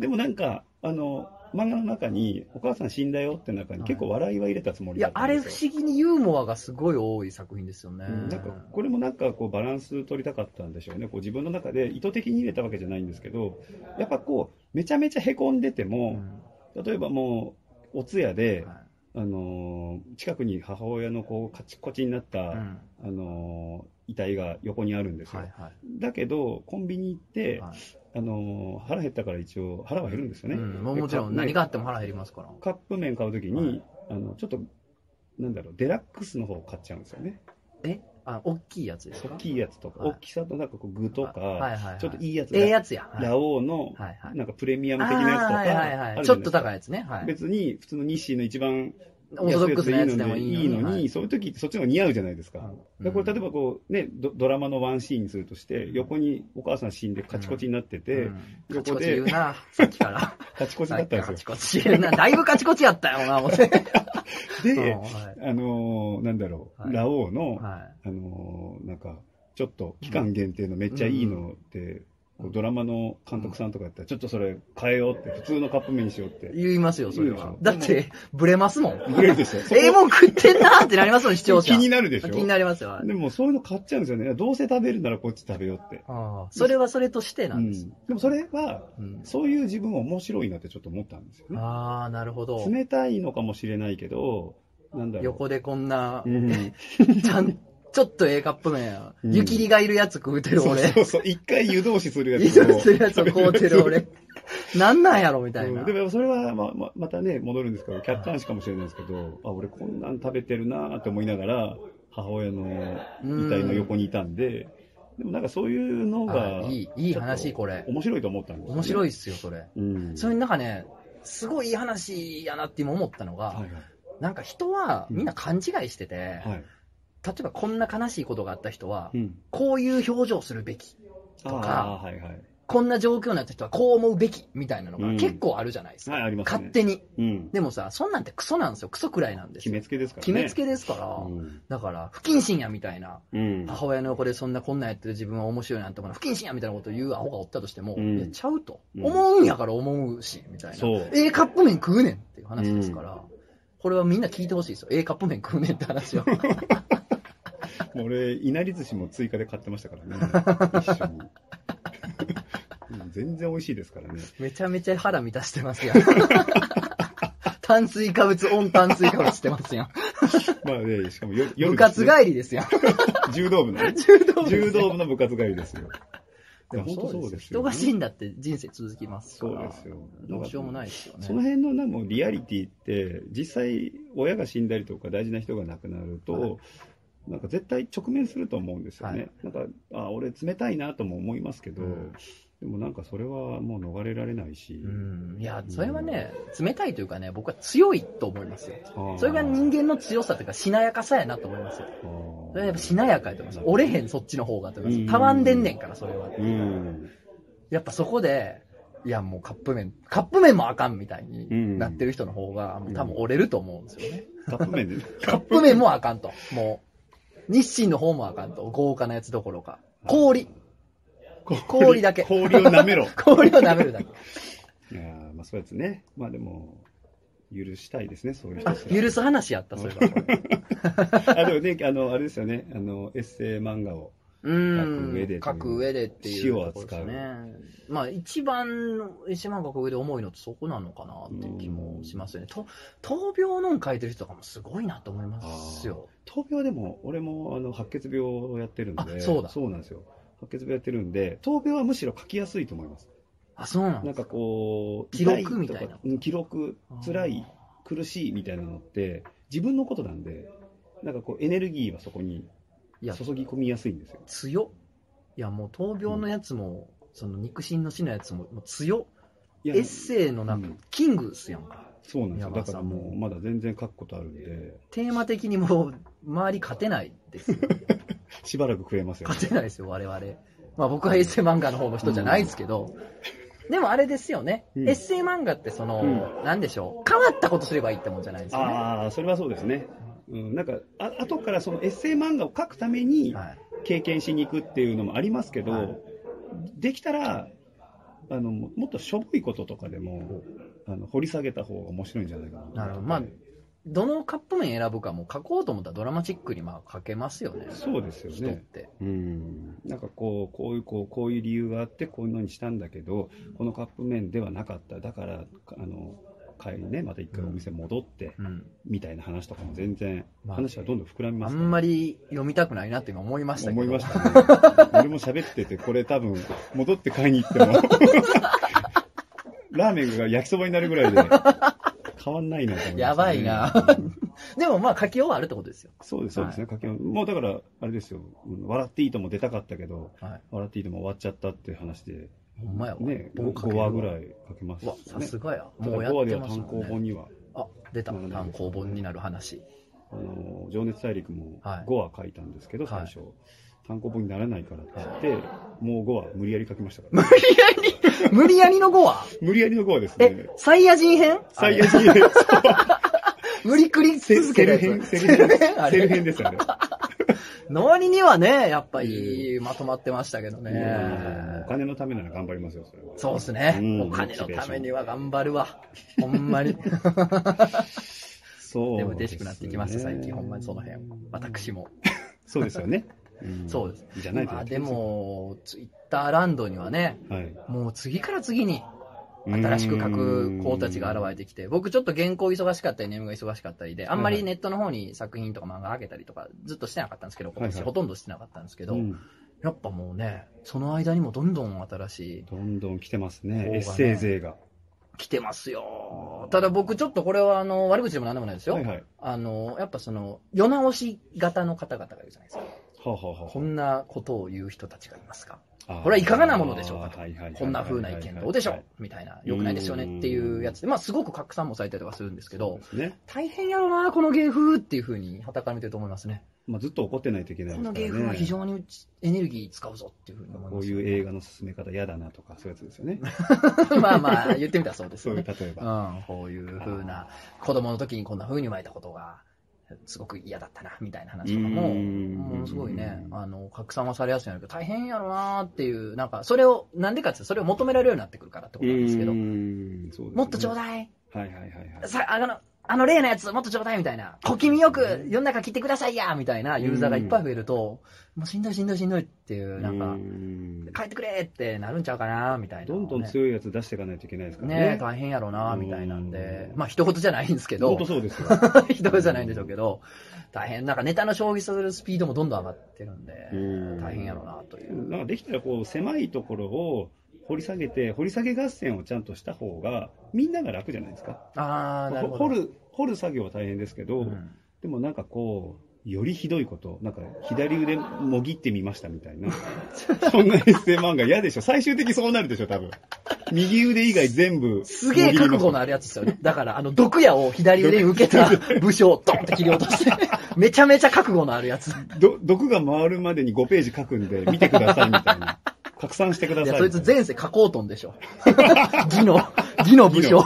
Speaker 3: でもなんかあの漫画の中に「お母さん死んだよ」って中に結構笑いは入れたつも
Speaker 2: い
Speaker 3: りだ
Speaker 2: や
Speaker 3: っ、た
Speaker 2: あ
Speaker 3: んで
Speaker 2: れ
Speaker 3: す
Speaker 2: 不
Speaker 3: よ
Speaker 2: 思議にユーモアがすごい多い作品ですよね。
Speaker 3: うんなんかこれもなんかこうバランス取りたかったんでしょうね、こう自分の中で意図的に入れたわけじゃないんですけど、やっぱこう、めちゃめちゃへこんでて
Speaker 2: う
Speaker 3: も、
Speaker 2: ん
Speaker 3: 例えばもう、お通夜で、
Speaker 2: は
Speaker 3: あのー近くに母親のこうカチコチになった、
Speaker 2: いうん
Speaker 3: あのー遺体が横にあるんですよ、
Speaker 2: はいは
Speaker 3: だけど、コンビニ行って、
Speaker 2: いはい
Speaker 3: あのー腹減ったから一応、腹は減るんですよ
Speaker 2: う
Speaker 3: ね、
Speaker 2: んもうもちろん
Speaker 3: で
Speaker 2: 何があっても腹減りますから。
Speaker 3: カップ麺買うときに、
Speaker 2: はい
Speaker 3: あの、ちょっと、なんだろう、デラックスの方を買っちゃうんですよね、
Speaker 2: えあ、大きいやつですか
Speaker 3: 大きいやつとか、
Speaker 2: はい
Speaker 3: 大きさとなんかこう具とか。
Speaker 2: はいはいはい
Speaker 3: ちょっといいやつ
Speaker 2: ええ
Speaker 3: が、
Speaker 2: やつや。はい
Speaker 3: ラオウの、
Speaker 2: はいはい。
Speaker 3: なんかプレミアム
Speaker 2: あ
Speaker 3: 的なやつとか、
Speaker 2: ーはいはいはい。ちょっと高いやつね。はい。
Speaker 3: 別に普通の日清の一番
Speaker 2: オーソドックスなやつでも
Speaker 3: 安
Speaker 2: い
Speaker 3: い
Speaker 2: いの
Speaker 3: の
Speaker 2: に。
Speaker 3: に、そういう時ってそっちの方が似合うじゃないですか。
Speaker 2: はい
Speaker 3: でこれ例えばこう、ねド、ドラマのワンシーンにするとして、横にお母さん死んでカチコチになってて、
Speaker 2: うんカチ
Speaker 3: 横
Speaker 2: コチ
Speaker 3: で
Speaker 2: 言うな、さっきから。
Speaker 3: カチコチ
Speaker 2: さ
Speaker 3: だ
Speaker 2: っ
Speaker 3: っ
Speaker 2: きか
Speaker 3: た
Speaker 2: ら
Speaker 3: ん
Speaker 2: カ
Speaker 3: で
Speaker 2: チコチ言うな。だいぶカチコチやったよな、思 って。
Speaker 3: すよ。
Speaker 2: うん
Speaker 3: で、
Speaker 2: はい
Speaker 3: あのーなんだろう、
Speaker 2: はい
Speaker 3: ラオウの、
Speaker 2: はい
Speaker 3: あのーなんか、ちょっと期間限定のめっちゃいいのって、こうドラマの監督さんとかやったら、ちょっとそれ変えようって、普通のカップ麺にしようって。
Speaker 2: 言いますよ、それ
Speaker 3: 言う
Speaker 2: は
Speaker 3: でし。ょ
Speaker 2: だって、ブレますもん。
Speaker 3: ブレるでしょ。そこ
Speaker 2: ええもん食ってんなーってなりますもん、視聴者。
Speaker 3: 気になるでしょ
Speaker 2: 気になりますよ。はい
Speaker 3: でもそういうの買っちゃうんですよね。どうせ食べるならこっち食べようって。
Speaker 2: ああそれはそれとしてなんです。
Speaker 3: うんでもそれは、
Speaker 2: うん
Speaker 3: そういう自分は面白いなってちょっと思ったんですよね。
Speaker 2: ああ、なるほど。
Speaker 3: 冷たいのかもしれないけど、なんだろう。
Speaker 2: 横でこんな
Speaker 3: う、 ん、
Speaker 2: ちゃん、ちょっと A カップ麺、
Speaker 3: うん
Speaker 2: 湯切りがいるやつ食うてる
Speaker 3: そう
Speaker 2: 俺。
Speaker 3: そうそう。一回湯通しするやつ を。
Speaker 2: 移動するやつを買うてる俺。なんなんやろ、みたいな。
Speaker 3: うんでもそれはまままたね、戻るんですけど、客観視かもしれないですけど、あ、俺こんなん食べてるなって思いながら、母親の遺体の横にいたんで、でもなんかそういうのが
Speaker 2: あ、いい、いい話、これ。
Speaker 3: 面白いと思ったんですよね
Speaker 2: 面白いっすよ、それ。
Speaker 3: うん。
Speaker 2: それになんかね、すごいいい話やなって今思ったのが、
Speaker 3: はいはい
Speaker 2: なんか人はみんな勘違いしてて、
Speaker 3: はい。
Speaker 2: 例えばこんな悲しいことがあった人は、
Speaker 3: うん。
Speaker 2: こういう表情をするべき。
Speaker 3: と
Speaker 2: か
Speaker 3: はいはい。
Speaker 2: こんな状況になった人はこう思うべきみたいなのが
Speaker 3: うん
Speaker 2: 結構あるじゃないですか。
Speaker 3: はい、ありますね。
Speaker 2: 勝手に。
Speaker 3: うん。
Speaker 2: でもさ、そんなんてクソなんですよ。クソくらいなんです
Speaker 3: 決
Speaker 2: よ。
Speaker 3: めつけですからね。
Speaker 2: 決めつけですから、
Speaker 3: うん。
Speaker 2: だから、不謹慎やみたいな、
Speaker 3: うん。
Speaker 2: 母親の横でそんなこんなんやってる自分は面白いなんて思うな、不謹慎やみたいなことを言うアホがおったとしても、
Speaker 3: うん
Speaker 2: いやちゃうと、
Speaker 3: うん
Speaker 2: 思うんやから思うし、みたいな。
Speaker 3: そう。
Speaker 2: A カップ麺食うねんっていう話ですから、これはみんな聞いてほしいですよ。A カップ麺食うねんって話 を。
Speaker 3: もう俺、いなり寿司も追加で買ってましたから ね。一緒に。うん全然美味しいですからね。
Speaker 2: めちゃめちゃ腹満たしてますやん。炭水化物、温炭水化物してますやん。
Speaker 3: まあね、しかも夜、夜
Speaker 2: 部活
Speaker 3: ですね
Speaker 2: 帰りですやん。
Speaker 3: 柔道部のね。
Speaker 2: 柔道部
Speaker 3: 柔道部の部活帰りですよ。い
Speaker 2: で
Speaker 3: や
Speaker 2: も
Speaker 3: 本当
Speaker 2: そう
Speaker 3: そう
Speaker 2: で
Speaker 3: ですす
Speaker 2: よ。人
Speaker 3: よ
Speaker 2: が死んだって人生続きますか
Speaker 3: そう
Speaker 2: ら。
Speaker 3: ですよ。
Speaker 2: どうしようもないですよね。
Speaker 3: その辺のなもうリアリティって、実際、親が死んだりとか、大事な人が亡くなると、
Speaker 2: はい
Speaker 3: なんか絶対直面すると思うんですよね、
Speaker 2: はい
Speaker 3: なんか、あ俺、冷たいなとも思いますけど、
Speaker 2: うん
Speaker 3: でもなんかそれはもう逃れられないし、
Speaker 2: うんいや、それはね、冷たいというかね、僕は強いと思いますよ。
Speaker 3: あー
Speaker 2: それが人間の強さというか、しなやかさやなと思いますよ。
Speaker 3: あー
Speaker 2: それはやっぱしなやかやと思います。折れへん、そっちの方がと思います。
Speaker 3: うん
Speaker 2: たわんでんねんから、それは。
Speaker 3: うん、
Speaker 2: やっぱそこで、いや、もうカップ麺、カップ麺もあかんみたいになってる人の方が、もう多分折れると思うんですよね。
Speaker 3: カップ麺で、
Speaker 2: カップ麺もあかんと。もう、日清の方もあかんと。豪華なやつどころか。氷。氷だけ
Speaker 3: 氷を舐 めろ。
Speaker 2: 氷を舐めるだけ。
Speaker 3: いやーまあそうやつね、まあでも、許したいですね、そういう人
Speaker 2: あ
Speaker 3: す、ら
Speaker 2: 許す話やった、それは。
Speaker 3: あでもね、あの、あれですよね、あの、エッセイ漫画を
Speaker 2: うん
Speaker 3: 書く上でという
Speaker 2: 書く上でっていうところですね
Speaker 3: 死を。
Speaker 2: まあ一番、一番書く上で重いのってそこなのかなっていう気もしますよね。と闘病の書いてる人とかもすごいなと思いますよ。
Speaker 3: 闘病でも、俺もあの白血病をやってるんで、
Speaker 2: あそうだ
Speaker 3: そうなんですよ。白血病やってるんで、闘病はむしろ書きやすいと思います。
Speaker 2: あ、そうなん
Speaker 3: な
Speaker 2: で
Speaker 3: ん
Speaker 2: す
Speaker 3: か
Speaker 2: か。
Speaker 3: こう、
Speaker 2: 記録
Speaker 3: 痛とか
Speaker 2: みたいな
Speaker 3: うん記録、辛い、苦しいみたいなのって、自分のことなんで、なんかこう、エネルギーはそこに
Speaker 2: いや
Speaker 3: 注ぎ込みやすいんですよ。
Speaker 2: 強っいや、もう闘病のやつも、その肉親の死のやつも、もう強っ
Speaker 3: いや
Speaker 2: エッセイの中、
Speaker 3: うん
Speaker 2: キングっすやんか。
Speaker 3: そうなんですよ。
Speaker 2: 宮川
Speaker 3: だか
Speaker 2: さ
Speaker 3: ら
Speaker 2: んも
Speaker 3: もう、まだ全然書くことあるんで、
Speaker 2: テーマ的にもう、周り勝てないですよ。
Speaker 3: しばらく食えますよ、ね。
Speaker 2: 勝てないですよ、我々。まあ僕はエッセイ漫画の方の人じゃないですけど、でもあれですよね、
Speaker 3: うん
Speaker 2: エッセイ漫画ってその、
Speaker 3: う
Speaker 2: なんでしょう、変わったことすればいいってもんじゃないですよね。
Speaker 3: ああ、それはそうですね。うん、なんか、あ後からそのエッセイ漫画を書くために
Speaker 2: はい、
Speaker 3: 経験しに行くっていうのもありますけど、
Speaker 2: はい
Speaker 3: できたら、あの、ももっとしょぼいこととかでも、あの掘り下げた方が面白いんじゃないかな。
Speaker 2: なるほどまあどのカップ麺選ぶかも書こうと思ったらドラマチックにまあ書けますよね、
Speaker 3: そうですよ
Speaker 2: 人っ
Speaker 3: ね。
Speaker 2: て。
Speaker 3: うん。なんかこう、こういう、こう、こういう理由があって、こういうのにしたんだけど、このカップ麺ではなかった。だから、あの、帰りね、また一回お店戻って、
Speaker 2: うん。
Speaker 3: みたいな話とかも全然、
Speaker 2: まあ
Speaker 3: 話がどんどん膨らみま
Speaker 2: あ
Speaker 3: すから
Speaker 2: んまり読みたくないなって今思いましたけど。
Speaker 3: 思いましたね。俺も喋ってて、これ多分、戻って買いに行って も、ラーメンが焼きそばになるぐらいで、変わんないなと思いましたね、
Speaker 2: やばいなでもまあ書き終わるってことですよ。
Speaker 3: そうです、そうですね。かけもうだから、あれですよ、うん笑っていいとも出たかったけど、
Speaker 2: はい。
Speaker 3: 笑っていいとも終わっちゃったっていう話で、
Speaker 2: ほんまやわ。
Speaker 3: ね、
Speaker 2: 僕書け
Speaker 3: 5,
Speaker 2: るわ
Speaker 3: 話ぐらいかけます
Speaker 2: うわ、さす
Speaker 3: ね。
Speaker 2: がや。
Speaker 3: ただ
Speaker 2: もうや
Speaker 3: 5話
Speaker 2: っ
Speaker 3: で
Speaker 2: て
Speaker 3: は
Speaker 2: ます
Speaker 3: 単
Speaker 2: も
Speaker 3: 行
Speaker 2: ん
Speaker 3: 本
Speaker 2: ね。
Speaker 3: には、
Speaker 2: あ、出た。
Speaker 3: なるほど
Speaker 2: 単行本になる話。
Speaker 3: あの情熱大陸も
Speaker 2: はい
Speaker 3: 5話書いたんですけど、
Speaker 2: はい
Speaker 3: 最初、単行本にならないからって言って、もう5話無理やり書きましたから、
Speaker 2: 無理やり、無理やりの5話
Speaker 3: 無理やりの5話ですね
Speaker 2: え。、サイヤ人編
Speaker 3: 最
Speaker 2: あれ
Speaker 3: 悪にね
Speaker 2: 無理くり
Speaker 3: セ
Speaker 2: 続
Speaker 3: セ
Speaker 2: ける
Speaker 3: ル
Speaker 2: やつ
Speaker 3: 編、セル
Speaker 2: セル
Speaker 3: 編、
Speaker 2: 編あ
Speaker 3: セル
Speaker 2: れ。
Speaker 3: 編ですよね。
Speaker 2: の割にはね、やっぱりまとまってましたけどね
Speaker 3: お。金のためなら頑張りますよ、それは。
Speaker 2: そうですね
Speaker 3: うん。
Speaker 2: お金のためには頑張るわ。ほんま に。
Speaker 3: そう
Speaker 2: でも嬉しくなってきました、最近。ほんまにその辺。私も。
Speaker 3: そうですよね。
Speaker 2: そうです。
Speaker 3: す。じゃないと
Speaker 2: まあで、も、ツイッターランドにはね、
Speaker 3: はい、
Speaker 2: もう次から次に新しく書く子たちが現れてきて、僕ちょっと原稿忙しかったり、ネームが忙しかったりで、あんまりネットの方に作品とか漫画上げたりとかずっとしてなかったんですけど、今
Speaker 3: はい
Speaker 2: 年
Speaker 3: はい
Speaker 2: ほとんどしてなかったんですけ
Speaker 3: れ
Speaker 2: ど、やっぱもうね、その間にもどんどん新しい、
Speaker 3: どんどん来てますね、
Speaker 2: ね
Speaker 3: エッセイ勢が。
Speaker 2: 来てますよ。ただ僕ちょっとこれはあの、悪口でもなんでもないですよ。
Speaker 3: はいはい。は
Speaker 2: あの、やっぱその、世直し型の方々がいるじゃないですか。
Speaker 3: あ、はあは
Speaker 2: こんなことを言う人たちがいますか
Speaker 3: ああー、
Speaker 2: これはいかがなものでしょうかと
Speaker 3: はいはいはい
Speaker 2: こんな風な意見どうでしょうみたいな、良くないですよねっていうやつで、まあすごく拡散もされたりとかするんですけど、
Speaker 3: そうですね。
Speaker 2: 大変やろな、この芸風っていうふうに、はたから見てると思いますね。
Speaker 3: まあ、ずっと怒ってないといけない
Speaker 2: こ
Speaker 3: です
Speaker 2: の
Speaker 3: からね
Speaker 2: 芸風は非常にエネルギー使うぞっていうふうに思い
Speaker 3: こ
Speaker 2: ま
Speaker 3: う
Speaker 2: す。
Speaker 3: いう映画の進め方嫌だなとか、そういうやつですよね。
Speaker 2: まあまあ、言ってみたらそうです
Speaker 3: そう
Speaker 2: よ
Speaker 3: いう、
Speaker 2: ね。
Speaker 3: 例えば。
Speaker 2: うん、こういうふうな、子供の時にこんなふうに生まれたことが、すごく嫌だったな、みたいな話とか
Speaker 3: う
Speaker 2: も、
Speaker 3: ん
Speaker 2: ものすごいね、あの、拡散はされやすいんやけど、大変やろなっていう、なんか、それを、なんでかっていうとそれを求められるようになってくるからってことなんですけど、
Speaker 3: ど
Speaker 2: もっとちょう
Speaker 3: だ
Speaker 2: だい
Speaker 3: い。はいはいはいはい。
Speaker 2: さあの、あの例のやつ、もっとちょうだいみたいな、小気味よく世の中切ってくださいやみたいなユーザーがいっぱい増えると、もうしんどいしんどいしんどいっていう、なん
Speaker 3: う
Speaker 2: か、
Speaker 3: ん
Speaker 2: 帰ってくれってなるんちゃうかなみたいな、
Speaker 3: どんどん強いやつ出していかないといけないですから
Speaker 2: ね
Speaker 3: ね。
Speaker 2: 大変やろなみたいなんで
Speaker 3: う、ん
Speaker 2: まあ、一言じゃないんですけ
Speaker 3: 本
Speaker 2: ど
Speaker 3: 当、そ うですよ。
Speaker 2: 一言じゃないんでしょうけど、大変、なんかネタの消費するスピードもどんどん上がってるんで、
Speaker 3: うん
Speaker 2: 大変やろなという。
Speaker 3: なんかできたらこう狭いところを掘り下げて、掘り下げ合戦をちゃんとした方が、みんなが楽じゃないですか。
Speaker 2: あー、なるほど。
Speaker 3: 掘る、掘る作業は大変ですけど、
Speaker 2: うん
Speaker 3: でもなんかこう、よりひどいこと、なんか左腕もぎってみましたみたい な。そんなエッセイ漫画嫌でしょ。最終的にそうなるでしょ、多分。右腕以外全部。
Speaker 2: すげえ覚悟のあるやつですよね。だから、あの、毒矢を左腕に受けた武将をドンって切り落と して、めちゃめちゃ覚悟のあるやつ。
Speaker 3: ど、毒が回るまでに5ページ書くんで、見てくださいみたい な。拡散してくだ
Speaker 2: い
Speaker 3: さい
Speaker 2: や、
Speaker 3: み
Speaker 2: そ
Speaker 3: た
Speaker 2: い
Speaker 3: いな。
Speaker 2: つ前世書こうとんでしょ。 義の、義の武将。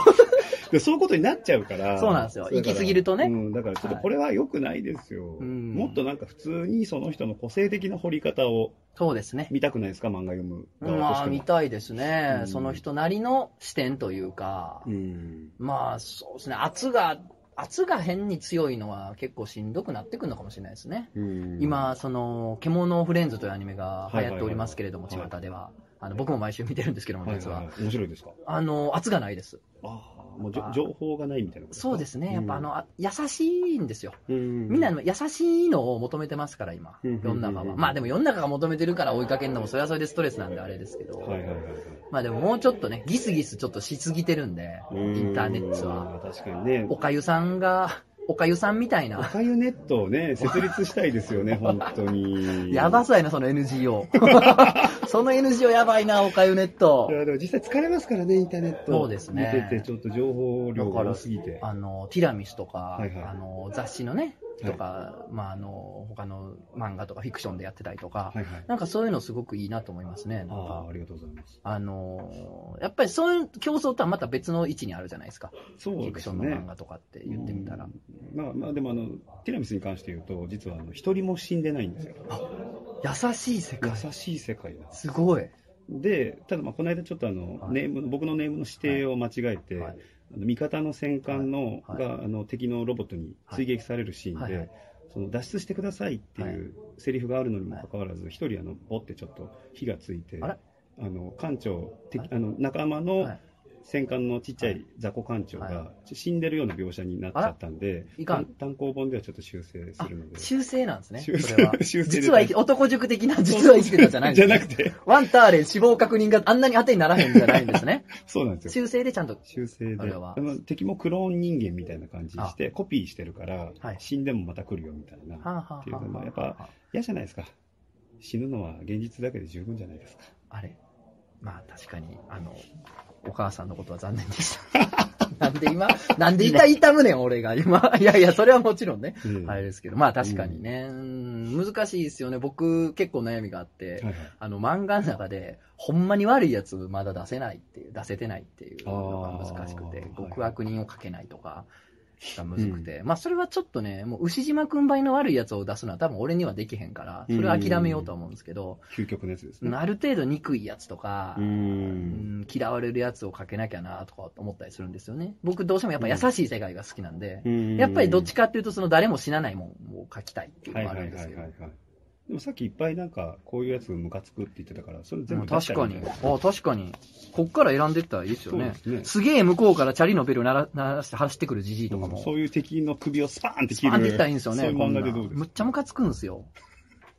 Speaker 3: でそういうことになっちゃうから。
Speaker 2: そうなんですよ
Speaker 3: だから
Speaker 2: 行き過ぎるとね
Speaker 3: うん、だからちょっとこれは良くないですよ。
Speaker 2: はいうん
Speaker 3: もっとなんか普通にその人の個性的な掘り方を
Speaker 2: そうですね。
Speaker 3: 見たくないですか、漫画読む側
Speaker 2: まあ、
Speaker 3: とし
Speaker 2: 見
Speaker 3: ても。
Speaker 2: たいですね
Speaker 3: う。ん
Speaker 2: その人なりの視点というか
Speaker 3: う、ん。
Speaker 2: まあ、そうですね。圧が圧が変に強いのは結構しんどくなってくるのかもしれないですね。
Speaker 3: うん、
Speaker 2: 今、その、獣フレンズというアニメが流行っておりますけれども、
Speaker 3: はいはいはい
Speaker 2: 巷では。あの僕も毎週見てるんですけども、
Speaker 3: はいはい
Speaker 2: 実は。
Speaker 3: はい、面白いですか
Speaker 2: あの、圧がないです。
Speaker 3: ああ、もうじょ
Speaker 2: あー
Speaker 3: 情報がないみたいなこと
Speaker 2: そうですすね。やっぱ
Speaker 3: う
Speaker 2: あ
Speaker 3: ん
Speaker 2: の、あ優しいんですよ。
Speaker 3: か。うん
Speaker 2: みんなの優しいのを求めてますから、今。
Speaker 3: うん
Speaker 2: 世の中
Speaker 3: うん
Speaker 2: は。まあでも世の中が求めてるから追いかけるのも、それはそれでストレスなんであれですけど。
Speaker 3: はいはいはいはい。
Speaker 2: まあでももうちょっとね、ギスギスちょっとしすぎてるんで、インターネットは。
Speaker 3: うん。確かにね。
Speaker 2: おかゆさんが、おかゆさんみたい
Speaker 3: お
Speaker 2: な。
Speaker 3: かゆネット をね、設立したいですよね、本当に。
Speaker 2: やばそうやな、その NGO。そ の NGO やばいな、おかゆネット
Speaker 3: い。やでも実際疲れますからね、インターネット。
Speaker 2: そうですね
Speaker 3: 見てて、ちょっと情報量が多すぎて。
Speaker 2: あの、ティラミスとか、
Speaker 3: はいはい
Speaker 2: あの、雑誌のね、
Speaker 3: はい
Speaker 2: とか、まああの、他の漫画とかフィクションでやってたりとか、
Speaker 3: はいはい。
Speaker 2: なんかそういうのすごくいいなと思いますね。なん
Speaker 3: あ
Speaker 2: か
Speaker 3: あ、ありがとうございます。
Speaker 2: あのーやっぱりそういう競争とはまた別の位置にあるじゃないですか。
Speaker 3: そうですね。
Speaker 2: フィクションの漫画とかって言ってみたら。
Speaker 3: うんまあまあでもあのティラミスに関して言うと実はあの一人も死んでないんですよ
Speaker 2: 優しい世界。
Speaker 3: 優しい世界なんです
Speaker 2: すごい。
Speaker 3: でただまあこの間ちょっとあの、
Speaker 2: はい
Speaker 3: ネームの僕のネームの指定を間違えて、
Speaker 2: はい
Speaker 3: あの味方の戦艦の、
Speaker 2: はい
Speaker 3: があの敵のロボットに追撃されるシーンで、
Speaker 2: はいはい
Speaker 3: その脱出してくださいっていうセリフがあるのにもかかわらず一、人あのボってちょっと火がついて
Speaker 2: あれ
Speaker 3: あの艦長敵
Speaker 2: はい
Speaker 3: あの仲間
Speaker 2: は
Speaker 3: の
Speaker 2: い
Speaker 3: 戦艦のちっちゃい雑魚艦長
Speaker 2: は
Speaker 3: が死んでるような描写になっちゃったんで、
Speaker 2: いかん
Speaker 3: 単単行本ではちょっと修正するので。
Speaker 2: 修正なんですね。
Speaker 3: 修正
Speaker 2: それは
Speaker 3: 修正で
Speaker 2: 実は男塾的な、 実は生きてたじゃないんです、ね、
Speaker 3: なくて、
Speaker 2: ワンターレ死亡確認があんなに当てにならへんじゃないんですね。
Speaker 3: そうなんですよ。
Speaker 2: 修正でちゃんと。
Speaker 3: 修正
Speaker 2: あ
Speaker 3: で
Speaker 2: れは
Speaker 3: あの敵もクローン人間みたいな感じにしてコピーしてるから、
Speaker 2: はい
Speaker 3: 死んでもまた来るよみたいな、
Speaker 2: はあ、は
Speaker 3: ってい
Speaker 2: あ
Speaker 3: う
Speaker 2: は
Speaker 3: の
Speaker 2: あ
Speaker 3: もやっぱ嫌じゃないですか死ぬのは現実だけで十分じゃないですか
Speaker 2: あれまあ確かに、あの、お母さんのことは残念で した。なんで今、なんで痛い痛むねん、俺が今。いやいや、それはもちろんね。
Speaker 3: うん
Speaker 2: あれですけど、まあ確かにね、うん難しいですよね。僕結構悩みがあって、
Speaker 3: はいはい
Speaker 2: あの漫画の中で、ほんまに悪いやつまだ出せないっていう、出せてないっていうのが難しく
Speaker 3: あ
Speaker 2: て
Speaker 3: ー、
Speaker 2: 極悪人を書けないとかがむずくて、まあそれはちょっとね、もう牛島くんばいの悪いやつを出すのは多分俺にはできへんから、それは諦めようとは思うんですけど、
Speaker 3: 究極のやつです
Speaker 2: うん
Speaker 3: ね
Speaker 2: ある程度憎いやつとか、
Speaker 3: う
Speaker 2: うんん嫌われるやつを書けなきゃなとか思ったりするんですよね。僕どうしてもやっぱ優しい世界が好きなんで、やっぱりどっちかっていうと、その誰も死なないもんを書きたいっていう
Speaker 3: は
Speaker 2: の
Speaker 3: い
Speaker 2: が
Speaker 3: は
Speaker 2: あ
Speaker 3: いは
Speaker 2: る
Speaker 3: い
Speaker 2: んで
Speaker 3: は
Speaker 2: す
Speaker 3: い
Speaker 2: けど。
Speaker 3: はいでもさっきいっぱいなんかこういうやつムカつくって言ってたからそれ全
Speaker 2: ま
Speaker 3: 部
Speaker 2: あ
Speaker 3: 出し
Speaker 2: 確か
Speaker 3: たらいいんじ
Speaker 2: に
Speaker 3: ゃない。
Speaker 2: あ確かに。こっから選んでったらいいですよね。
Speaker 3: そうですね
Speaker 2: げえ向こうからチャリのベル鳴ら鳴らして走ってくるじじいとか
Speaker 3: うん
Speaker 2: も。
Speaker 3: そういう敵の首をスパーンって切
Speaker 2: パ
Speaker 3: る
Speaker 2: ンっていったらいいんですよね。
Speaker 3: そういう
Speaker 2: こ
Speaker 3: 漫
Speaker 2: んな
Speaker 3: 画
Speaker 2: ん
Speaker 3: でどうですか
Speaker 2: むっちゃムカつくんですよ。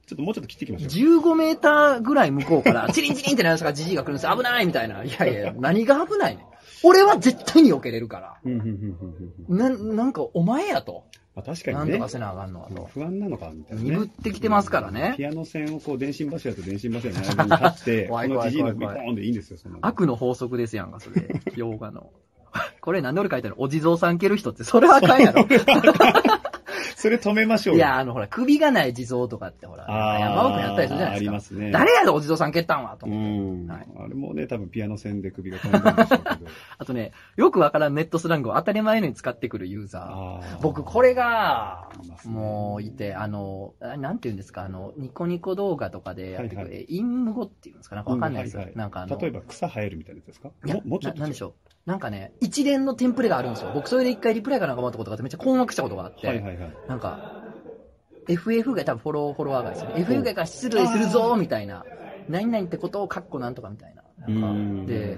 Speaker 3: ちょっともうちょっと切っていきましょう
Speaker 2: 15メーターぐらい向こうから、チリンチリンって鳴らしたからじじいが来るんですよ。危ないみたいな。いやいや、何が危ないねん。俺は絶対に避けれるから。
Speaker 3: うんうんうんうんうん
Speaker 2: な、なんかお前やと。
Speaker 3: まあ確か
Speaker 2: な
Speaker 3: に
Speaker 2: んと
Speaker 3: ね
Speaker 2: かせなあかんのはと。
Speaker 3: 不安なのかみたいな、ね、
Speaker 2: 鈍ってきてますからね
Speaker 3: ピアノ線をこう電信柱と電信柱の間に立って、
Speaker 2: 怖
Speaker 3: こ
Speaker 2: い
Speaker 3: の
Speaker 2: 怖い
Speaker 3: じじいの
Speaker 2: 怖い
Speaker 3: 首ポーンでいいんですよ、その。
Speaker 2: 悪の法則ですやんか、それ。洋画の。これ何で俺書いてあるお地蔵さん蹴る人って、それはあかんやろ。
Speaker 3: それ止めましょうよ。
Speaker 2: いや、あの、ほら、首がない地蔵とかって、ほら、
Speaker 3: あー
Speaker 2: 山奥にあったりするじゃないですか。
Speaker 3: ありますね
Speaker 2: 誰やでお地蔵さん蹴ったんはと
Speaker 3: う
Speaker 2: 思って、
Speaker 3: ん、
Speaker 2: はい
Speaker 3: あれもね、多分ピアノ線で首が飛んでるんでしょうけど。
Speaker 2: あとね、よくわからんネットスラングを当たり前のように使ってくるユーザ
Speaker 3: あー
Speaker 2: ー。僕、これが
Speaker 3: いま、すね
Speaker 2: もう、いて、あの、あなんて言うんですか、あの、ニコニコ動画とかでやってくる、
Speaker 3: はいは
Speaker 2: えインゴっていうんですか、なんかわかんないです、
Speaker 3: うはいはい
Speaker 2: なんかあの、
Speaker 3: 例えば草生えるみたいなやつですか
Speaker 2: いや
Speaker 3: ももうちょっと
Speaker 2: な。なんでしょう。なんかね、一連のテンプレがあるんですよ。僕、それで一回リプライかなんかもらったことがあって、めっちゃ困惑したことがあって、
Speaker 3: はいはいはい。
Speaker 2: なんか、FF が多分フォロー、フォロワーがですよね。FF が失礼するぞーみたいな。何々ってことをカッコなんとかみたいな。なんかで、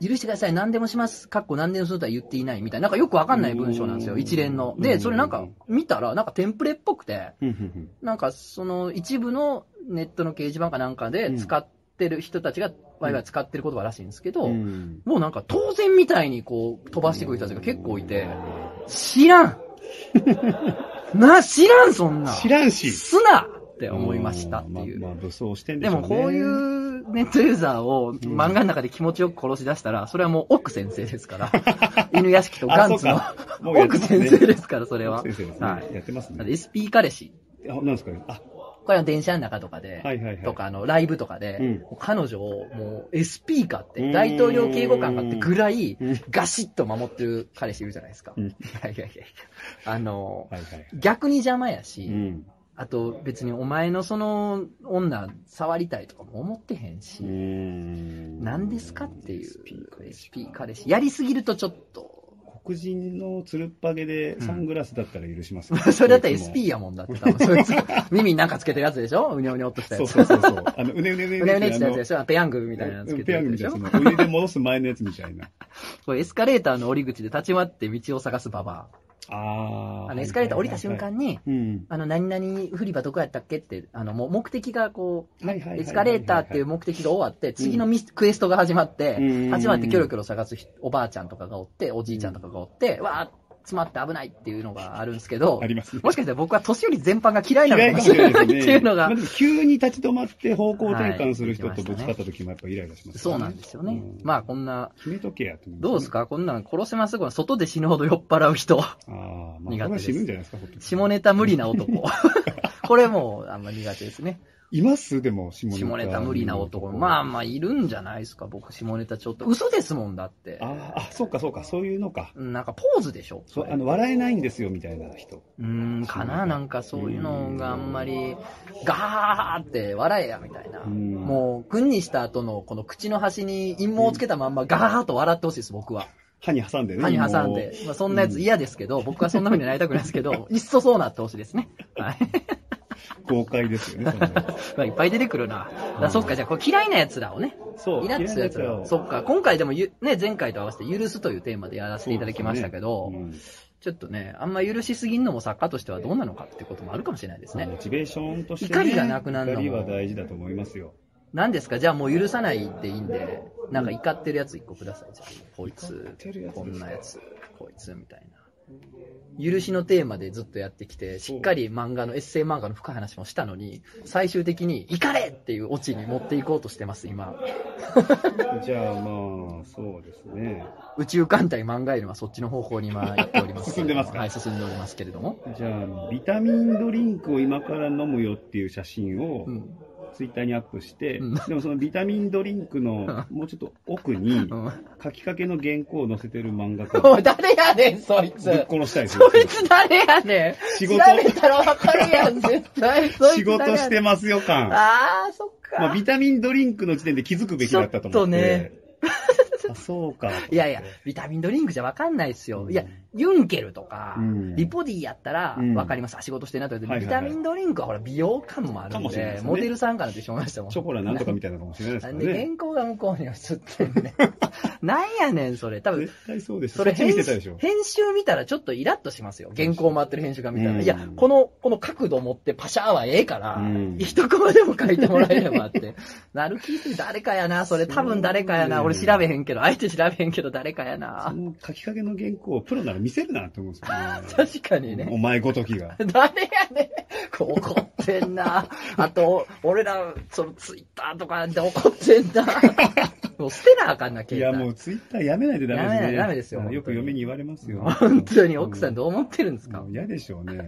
Speaker 2: 許してください、何でもします、カッコ何でもするとは言っていないみたいな。なんかよくわかんない文章なんです
Speaker 3: う
Speaker 2: よ、
Speaker 3: ん
Speaker 2: 一連の。
Speaker 3: う
Speaker 2: で、
Speaker 3: ん
Speaker 2: それなんか見たら、なんかテンプレっぽくて、
Speaker 3: うんうん
Speaker 2: なんかその一部のネットの掲示板かなんかで使ってる人たちが、ワイワイ使ってる言葉らしいんですけど、
Speaker 3: うんうん
Speaker 2: もうなんか当然みたいにこう飛ばしてくる人たちが結構いて、知ら んな、知らんそんな
Speaker 3: 知らんし。
Speaker 2: すなって思いましたってい
Speaker 3: んまあ、
Speaker 2: う。
Speaker 3: まあ、武装してんで
Speaker 2: で
Speaker 3: しょう
Speaker 2: も
Speaker 3: ね。
Speaker 2: こういうネットユーザーを漫画の中で気持ちよく殺し出したら、それはもう奥先生です から。犬屋敷とガンツの
Speaker 3: あそうかもうやって
Speaker 2: 奥
Speaker 3: ますね
Speaker 2: 先生ですから、それは。
Speaker 3: 先生ですね。
Speaker 2: はい
Speaker 3: やってます
Speaker 2: だっ
Speaker 3: ね
Speaker 2: て。SP 彼氏。
Speaker 3: あ、なんですかあ、
Speaker 2: これは電車の中とかで、
Speaker 3: はいはいはい。
Speaker 2: とかあのライブとかで、
Speaker 3: うん
Speaker 2: 彼女をもう SP かっ
Speaker 3: うー
Speaker 2: て、
Speaker 3: ん
Speaker 2: 大統領警護官かってぐらい
Speaker 3: うん、
Speaker 2: ガシッと守ってる彼氏いるじゃないですか。
Speaker 3: うん
Speaker 2: いやいやいやあの、
Speaker 3: はいはいはい。
Speaker 2: 逆に邪魔やし、
Speaker 3: うん。
Speaker 2: あと別にお前のその女触りたいとかも思ってへんし、
Speaker 3: ん
Speaker 2: 何ですかっていう
Speaker 3: SP か
Speaker 2: SP 彼氏やりすぎるとちょっと
Speaker 3: 黒人のつるっぱげでサングラスだったら許しますけど、
Speaker 2: それだったら
Speaker 3: こいつも
Speaker 2: SP やもんだって、多分そ いつ耳になんかつけてるやつでしょうにょうにょっとした
Speaker 3: そ
Speaker 2: や
Speaker 3: う
Speaker 2: つ。
Speaker 3: そうそうそう。あの、うねうねうね
Speaker 2: うねうねっし
Speaker 3: ってて
Speaker 2: たやつでしょペヤングみたいなのつけて
Speaker 3: ペ
Speaker 2: るや
Speaker 3: ア
Speaker 2: つで
Speaker 3: ンみた
Speaker 2: し
Speaker 3: い
Speaker 2: ょ
Speaker 3: な、その、腕で戻す前のやつみたいな。
Speaker 2: これエスカレーターの降り口で立ち回って道を探すババ
Speaker 3: あ
Speaker 2: ア。
Speaker 3: あ。
Speaker 2: あの、エスカレーター降りた瞬間に、
Speaker 3: うん。
Speaker 2: あの、何々振り場どこやったっけって、あの、もう目的がこう、
Speaker 3: はいはいはいはい。
Speaker 2: エスカレーターっていう目的が終わって、次のミスクエストが始まって、
Speaker 3: うん
Speaker 2: 始まってキョロキョロ探す人おばあちゃんとかがおって、おじいちゃんとかがおって、わー、詰まって危ないっていうのがあるんですけど
Speaker 3: あ、りますね。
Speaker 2: もしかしたら僕は年寄り全般が嫌いなのか
Speaker 3: 嫌い
Speaker 2: も
Speaker 3: かも
Speaker 2: し
Speaker 3: し
Speaker 2: れ
Speaker 3: れ
Speaker 2: な
Speaker 3: ないい
Speaker 2: っ
Speaker 3: です
Speaker 2: てい
Speaker 3: ね。
Speaker 2: うの
Speaker 3: ま
Speaker 2: が
Speaker 3: あで、も急に立ち止まって方向転換する人
Speaker 2: はい
Speaker 3: とぶつかった時もやっぱイライラします、
Speaker 2: そうなんですよね
Speaker 3: うん。
Speaker 2: まあこんな、
Speaker 3: 決めとけやって思いますね
Speaker 2: どうですかこんなん殺せますこの外で死ぬほど酔っ払う人。
Speaker 3: ああ、まあ、
Speaker 2: 苦手
Speaker 3: これは
Speaker 2: です
Speaker 3: 死ぬんじゃないですか、ほっとくと
Speaker 2: 下ネタ無理な 男。これもうあんま苦手ですね。
Speaker 3: いますでも、下ネタ。
Speaker 2: 下ネタ無理な男。まあまあいるんじゃないですか僕下ネタちょっと。嘘ですもんだって
Speaker 3: あ。ー。あ、そうかそうか、そういうのか。
Speaker 2: うんなんかポーズでしょ
Speaker 3: そうあの笑えないんですよ、みたいな人。
Speaker 2: うーん、かななんかそういうのがあんまり、ガーって笑えやみたいな。
Speaker 3: うん
Speaker 2: もう、軍にした後のこの口の端に陰謀をつけたまんまガーッと笑ってほしいです、僕は。
Speaker 3: 歯に挟んでね。
Speaker 2: 歯に挟んで。まあ、そんなやつ嫌ですけど、僕はそんな風になりたくないですけ ど、いっそそうなってほしいですね。はい。
Speaker 3: もう。豪快ですよね、その
Speaker 2: まあ、いっぱい出てくるな。だからそっか、じゃあこれ嫌いな奴らをね。
Speaker 3: そう。
Speaker 2: イラッとする奴らを。そ
Speaker 3: そう
Speaker 2: っか、今回でもゆ、ね、前回と合わせて許すというテーマでやらせていただきましたけど、
Speaker 3: うん
Speaker 2: ちょっとね、あんま許しすぎんのも作家としてはどうなのかってこともあるかもしれないですね
Speaker 3: モ。チベーションとして、ね、
Speaker 2: 怒りがなくなるの
Speaker 3: 怒
Speaker 2: も
Speaker 3: りは大事だと思いますよ。
Speaker 2: 何ですかじゃあもう許さないでいいんで、なんか怒ってるやつ一個ください。じゃあこい
Speaker 3: 怒
Speaker 2: つ
Speaker 3: ってるや、つ
Speaker 2: こんなやつ、こいつみたいな。許しのテーマでずっとやってきて、しっかり漫画の、エッセイ漫画の深い話もしたのに、最終的に怒れっていうオチに持っていこうとしてます、今。
Speaker 3: じゃあまあ、そうですね。
Speaker 2: 宇宙艦隊漫画よりはそっちの方向に今行っております。
Speaker 3: 進んでますか
Speaker 2: はい、進んでおりますけれども。
Speaker 3: じゃあ、ビタミンドリンクを今から飲むよっていう写真を
Speaker 2: うん。
Speaker 3: ツイッターにアップして、
Speaker 2: うん
Speaker 3: でもそのビタミンドリン クのもうちょっと奥に
Speaker 2: う、ん
Speaker 3: 書きかけの原稿を載せてる漫画家
Speaker 2: お
Speaker 3: を
Speaker 2: い、誰やねん、そい
Speaker 3: ぶっ
Speaker 2: つ。
Speaker 3: 殺したいです
Speaker 2: そ
Speaker 3: よ。
Speaker 2: いつ誰やねん。
Speaker 3: 仕事
Speaker 2: 調べたらわかるやん、絶対。そい
Speaker 3: 仕
Speaker 2: つ誰やねん
Speaker 3: 事してますよ感。
Speaker 2: ああ、そっか。
Speaker 3: まあ、ビタミンドリンクの時点で気づくべきだったと思って。
Speaker 2: ちょっとね
Speaker 3: あ、そうか。
Speaker 2: いやいや、ビタミンドリンクじゃわかんないですよ。
Speaker 3: うん
Speaker 2: いや、ユンケルとか、
Speaker 3: うん
Speaker 2: リポディやったら
Speaker 3: うん
Speaker 2: わかります。あ仕事してるなとか、
Speaker 3: はいはい
Speaker 2: ビ
Speaker 3: は
Speaker 2: タ
Speaker 3: い
Speaker 2: ミンドリンクはほら、美容感もある
Speaker 3: か
Speaker 2: ん
Speaker 3: もしれない
Speaker 2: で
Speaker 3: で、すね
Speaker 2: モデルさんかなってしょうがないですよ。
Speaker 3: チョコラなんとかみたいなのかもしれないです
Speaker 2: な
Speaker 3: か
Speaker 2: ん
Speaker 3: ら
Speaker 2: で
Speaker 3: ね。
Speaker 2: 原稿が向こうに映ってんね なんやねん、それ。多分、
Speaker 3: 絶対そうでしょ。
Speaker 2: それ
Speaker 3: そっち見
Speaker 2: 編
Speaker 3: てたでし
Speaker 2: 集
Speaker 3: ょ。
Speaker 2: 編集見たらちょっとイラッとしますよ。原稿回ってる編集が見たら。
Speaker 3: うん
Speaker 2: いや、この、この角度持ってパシャーはええから、
Speaker 3: うん
Speaker 2: 一コマでも書いてもらえれば って。なるきって誰かやな、それ多分誰かやな。
Speaker 3: そう
Speaker 2: 俺調べへんけど、あえて調べへんけど誰かや
Speaker 3: そ
Speaker 2: な。
Speaker 3: の書きかけの原稿をプロなら見せるなって思うんですよね
Speaker 2: 確かにね。
Speaker 3: お前ごときが。
Speaker 2: 誰やねんこう怒ってんな。あと、俺ら、そのツイッターとかで怒ってん な。もう捨てなあかんな、
Speaker 3: い
Speaker 2: 携
Speaker 3: や、
Speaker 2: 帯。
Speaker 3: もうツイッターやめないとダメで
Speaker 2: や
Speaker 3: す
Speaker 2: めない
Speaker 3: ね。
Speaker 2: ダメですよ
Speaker 3: あのよ
Speaker 2: 本当
Speaker 3: く
Speaker 2: に
Speaker 3: 嫁に言われますよ。
Speaker 2: 本当に奥さんどう思ってるんですか
Speaker 3: もう嫌でしょうね。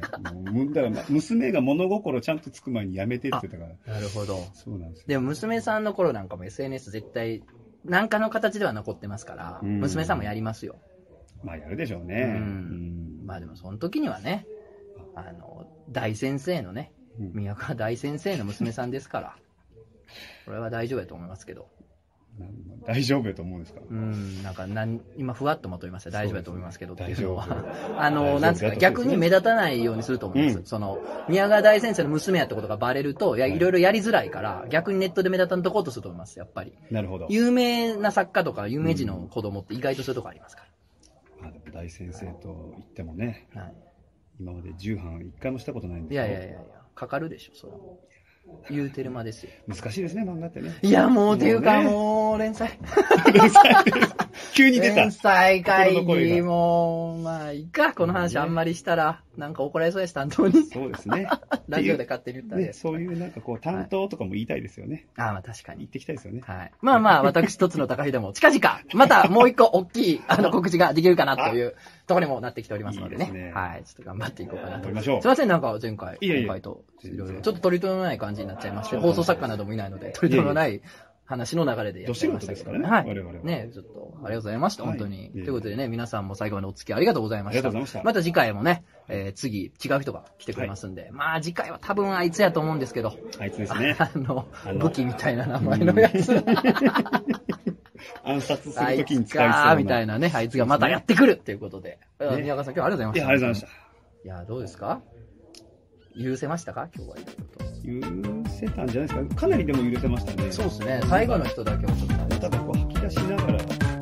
Speaker 3: もうだから、娘が物心ちゃんとつく前にやめてって言ってたから。
Speaker 2: なるほど。
Speaker 3: そうなんですよ。
Speaker 2: でも娘さんの頃なんかも SNS 絶対、何かの形では残ってますから、
Speaker 3: うん
Speaker 2: 娘さんもやりますよ。
Speaker 3: まあ、やるでしょうね。
Speaker 2: うん
Speaker 3: うん
Speaker 2: まあでもその時にはね、あの、大先生のね、
Speaker 3: うん
Speaker 2: 宮川大先生の娘さんですから、これは大丈夫やと思いますけど、
Speaker 3: なん大丈夫やと思うんですか
Speaker 2: うん、なんかなん、今ふわっとまとめました大丈夫やと思いますけどって
Speaker 3: そ
Speaker 2: い
Speaker 3: うで
Speaker 2: う
Speaker 3: すね
Speaker 2: のは
Speaker 3: 大 丈、
Speaker 2: あの、
Speaker 3: 大丈夫
Speaker 2: なんです
Speaker 3: だ
Speaker 2: か、
Speaker 3: と
Speaker 2: 逆に目立たないようにすると思います。
Speaker 3: うん
Speaker 2: その、宮川大先生の娘やってことがバレると、いや、
Speaker 3: はい
Speaker 2: いろいろやりづらいから、逆にネットで目立たんとこうとすると思います、やっぱり。
Speaker 3: なるほど。
Speaker 2: 有名な作家とか有名人の子供って意外とそういうとこありますか
Speaker 3: まあでも大先生と言ってもね、
Speaker 2: ら。はい、
Speaker 3: 今まで重版一回もしたことないん
Speaker 2: い
Speaker 3: です
Speaker 2: や
Speaker 3: け
Speaker 2: い
Speaker 3: ど
Speaker 2: やいやいや、かかるでしょ、それは。言うてる間ですよ。
Speaker 3: 難しいですね、漫 画ってね。
Speaker 2: いや、もう、っていうか、
Speaker 3: もうね
Speaker 2: もう、連 載。
Speaker 3: 急に出た
Speaker 2: 連。載会
Speaker 3: 心の声
Speaker 2: 議、
Speaker 3: が
Speaker 2: もう、まあ、いいか、この話
Speaker 3: も
Speaker 2: あ
Speaker 3: うね
Speaker 2: んまりしたら、なんか怒られそうやし、 担当に。
Speaker 3: そうですね。
Speaker 2: ラジオで勝手に言ったん
Speaker 3: ね、
Speaker 2: で。
Speaker 3: そういうなんかこう、担当とかも言いたいですよね。
Speaker 2: ああ、まあ確かに
Speaker 3: 言っ。てきたいですよね。
Speaker 2: はい。まあまあ、私、とつの高秀 も、近々、またもう一個大きい、あの、告知ができるかなというところにもなってきておりますのでね。
Speaker 3: いいですね
Speaker 2: はい。ちょっと頑張っていこうかな
Speaker 3: 頑
Speaker 2: と
Speaker 3: 張。りましょう
Speaker 2: すい。ません、なんか前回、
Speaker 3: いえいえ
Speaker 2: 今回と、いろい
Speaker 3: 全
Speaker 2: ろ、
Speaker 3: 然
Speaker 2: ちょっと取り留めのない感じになっちゃいまして、
Speaker 3: そう
Speaker 2: 放送作家などもいないので、取り留めのない話の流れでや
Speaker 3: ど
Speaker 2: って
Speaker 3: 素
Speaker 2: ま
Speaker 3: 人
Speaker 2: した
Speaker 3: で
Speaker 2: け
Speaker 3: す
Speaker 2: ど
Speaker 3: からね、
Speaker 2: は
Speaker 3: 我
Speaker 2: い。
Speaker 3: 々は。
Speaker 2: ねちょっと、ありがとうございました、
Speaker 3: はい
Speaker 2: 本当に。
Speaker 3: いえいえ
Speaker 2: ということでね、皆さんも最後までお付き合いありがとうございま
Speaker 3: あ
Speaker 2: し
Speaker 3: りがと
Speaker 2: た
Speaker 3: うござい。ました。
Speaker 2: また次回もね、えー次、違う人が来てくれますんで、まあ次回は多分あいつやと思うんですけど、
Speaker 3: あいつですね。
Speaker 2: あの
Speaker 3: あ、の
Speaker 2: 武器みたいな名前のやつ。
Speaker 3: 暗殺す
Speaker 2: あ
Speaker 3: ると
Speaker 2: い
Speaker 3: きに
Speaker 2: つ
Speaker 3: 使いそうな。
Speaker 2: か、みたいなね。あいつがまたやってくるということで。あ宮川さん、今日はありがとうござい
Speaker 3: い
Speaker 2: まし
Speaker 3: や、
Speaker 2: た。
Speaker 3: ありがとうございました。
Speaker 2: いや、どうですか許せましたか今日は色々と。
Speaker 3: 許せたんじゃないですか。かなりでも許せましたね。
Speaker 2: そうですね。最後の人だけはちょっとあれです
Speaker 3: ただこう吐き出しながら、